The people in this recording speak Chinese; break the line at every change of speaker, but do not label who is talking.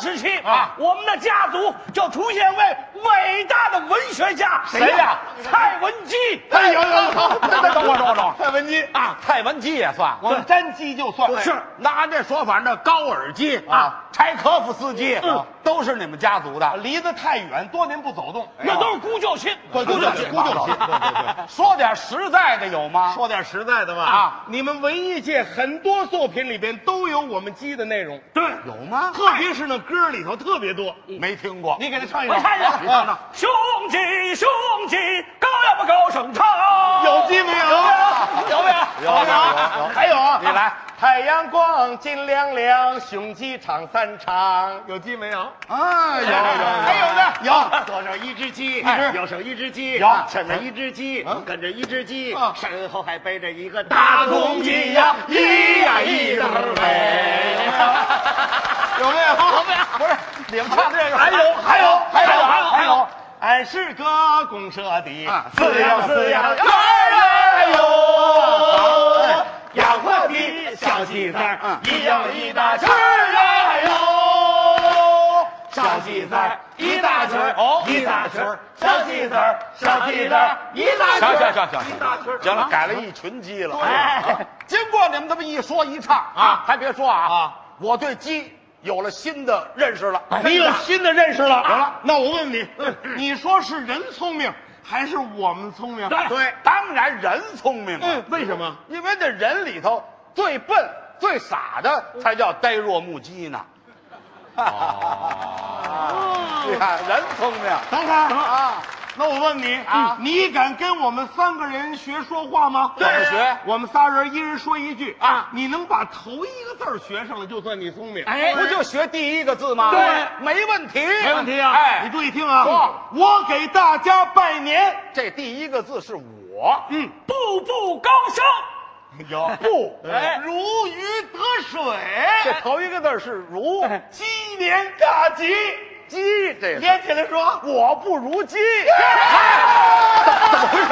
时期
啊
我们的家族就出现一位伟大的文学家，
谁呀
蔡文姬。
哎呦呦，好，等等等我等我等我，
蔡文姬
啊，蔡文姬也算，
我们单机就算
是那按这说法，那高尔基啊
啊、嗯
柴可夫斯基啊，都是你们家族的。
离得太远，多年不走动，
哎
那都是姑舅亲。
对
姑
姑
舅
舅
亲，
亲
姑舅亲，说点实在的有吗？
说点实在的吧
啊
你们文艺界很多作品里边都有我们鸡的内容，
对，
有吗？
特别是那歌里头特别多。
没听过。
你给他唱一
我
首，啊
看
你看
见
呢？
兄弟，兄弟，高要不高声唱？
有啊鸡没有？
有没有？
有有有有
还有啊，
你来。
太阳光金亮亮，雄鸡唱三场，有鸡没有？
啊，有有
还
有
有呢？
有左手一只鸡，
哎
右手一只鸡，
有嗯
前面一只鸡，跟着一只鸡
啊，
身后还背着一个大
大公
公
鸡
鸡
呀
呀，
咿
咿
呀
呀
咿
咿
呀
呀
喂
喂。
有没有？有没有？
不是你们唱这个，
还有还有
还有还有还
还
有
有，俺哎是个公社的
啊，
饲养饲养
哎
来
哎
来
呦
哟，养活的小鸡仔儿
嗯
一样一大圈儿
哎
来哟，小鸡仔儿一大圈儿
哦
一大圈儿小鸡仔儿小鸡仔儿一大圈
行行
儿
行行
一大圈
行，
儿
行了，
啊
改了一群鸡了。啊
哎
经过你们这么一说一唱啊
啊，
还别说啊
啊，哎
我对鸡有了新的认识了。
你有新的认识了。
有了
那我问你，
嗯
你说是人聪明还是我们聪明？
对，当然人聪明啊
嗯，，为什么？
因为这人里头最笨最傻的才叫呆若木鸡呢。 哦，你看人聪明
等会儿
啊，
那我问你
啊
啊，你敢跟我们三个人学说话吗？
怎么学
我们仨人一人说一句
啊
啊，你能把头一个字儿学上了，就算你聪明。
哎
不就学第一个字吗？
对，
没问题，
没问题啊
哎，
你注意听啊
说，
我给大家拜年。
这第一个字是我，
嗯，
步步高升。
有不？
嗯哎
如鱼得
这
水，
头一个字儿是如，
哎
鸡年大吉。
鸡这是
连起来说，
我不如鸡。
哎
怎么回事？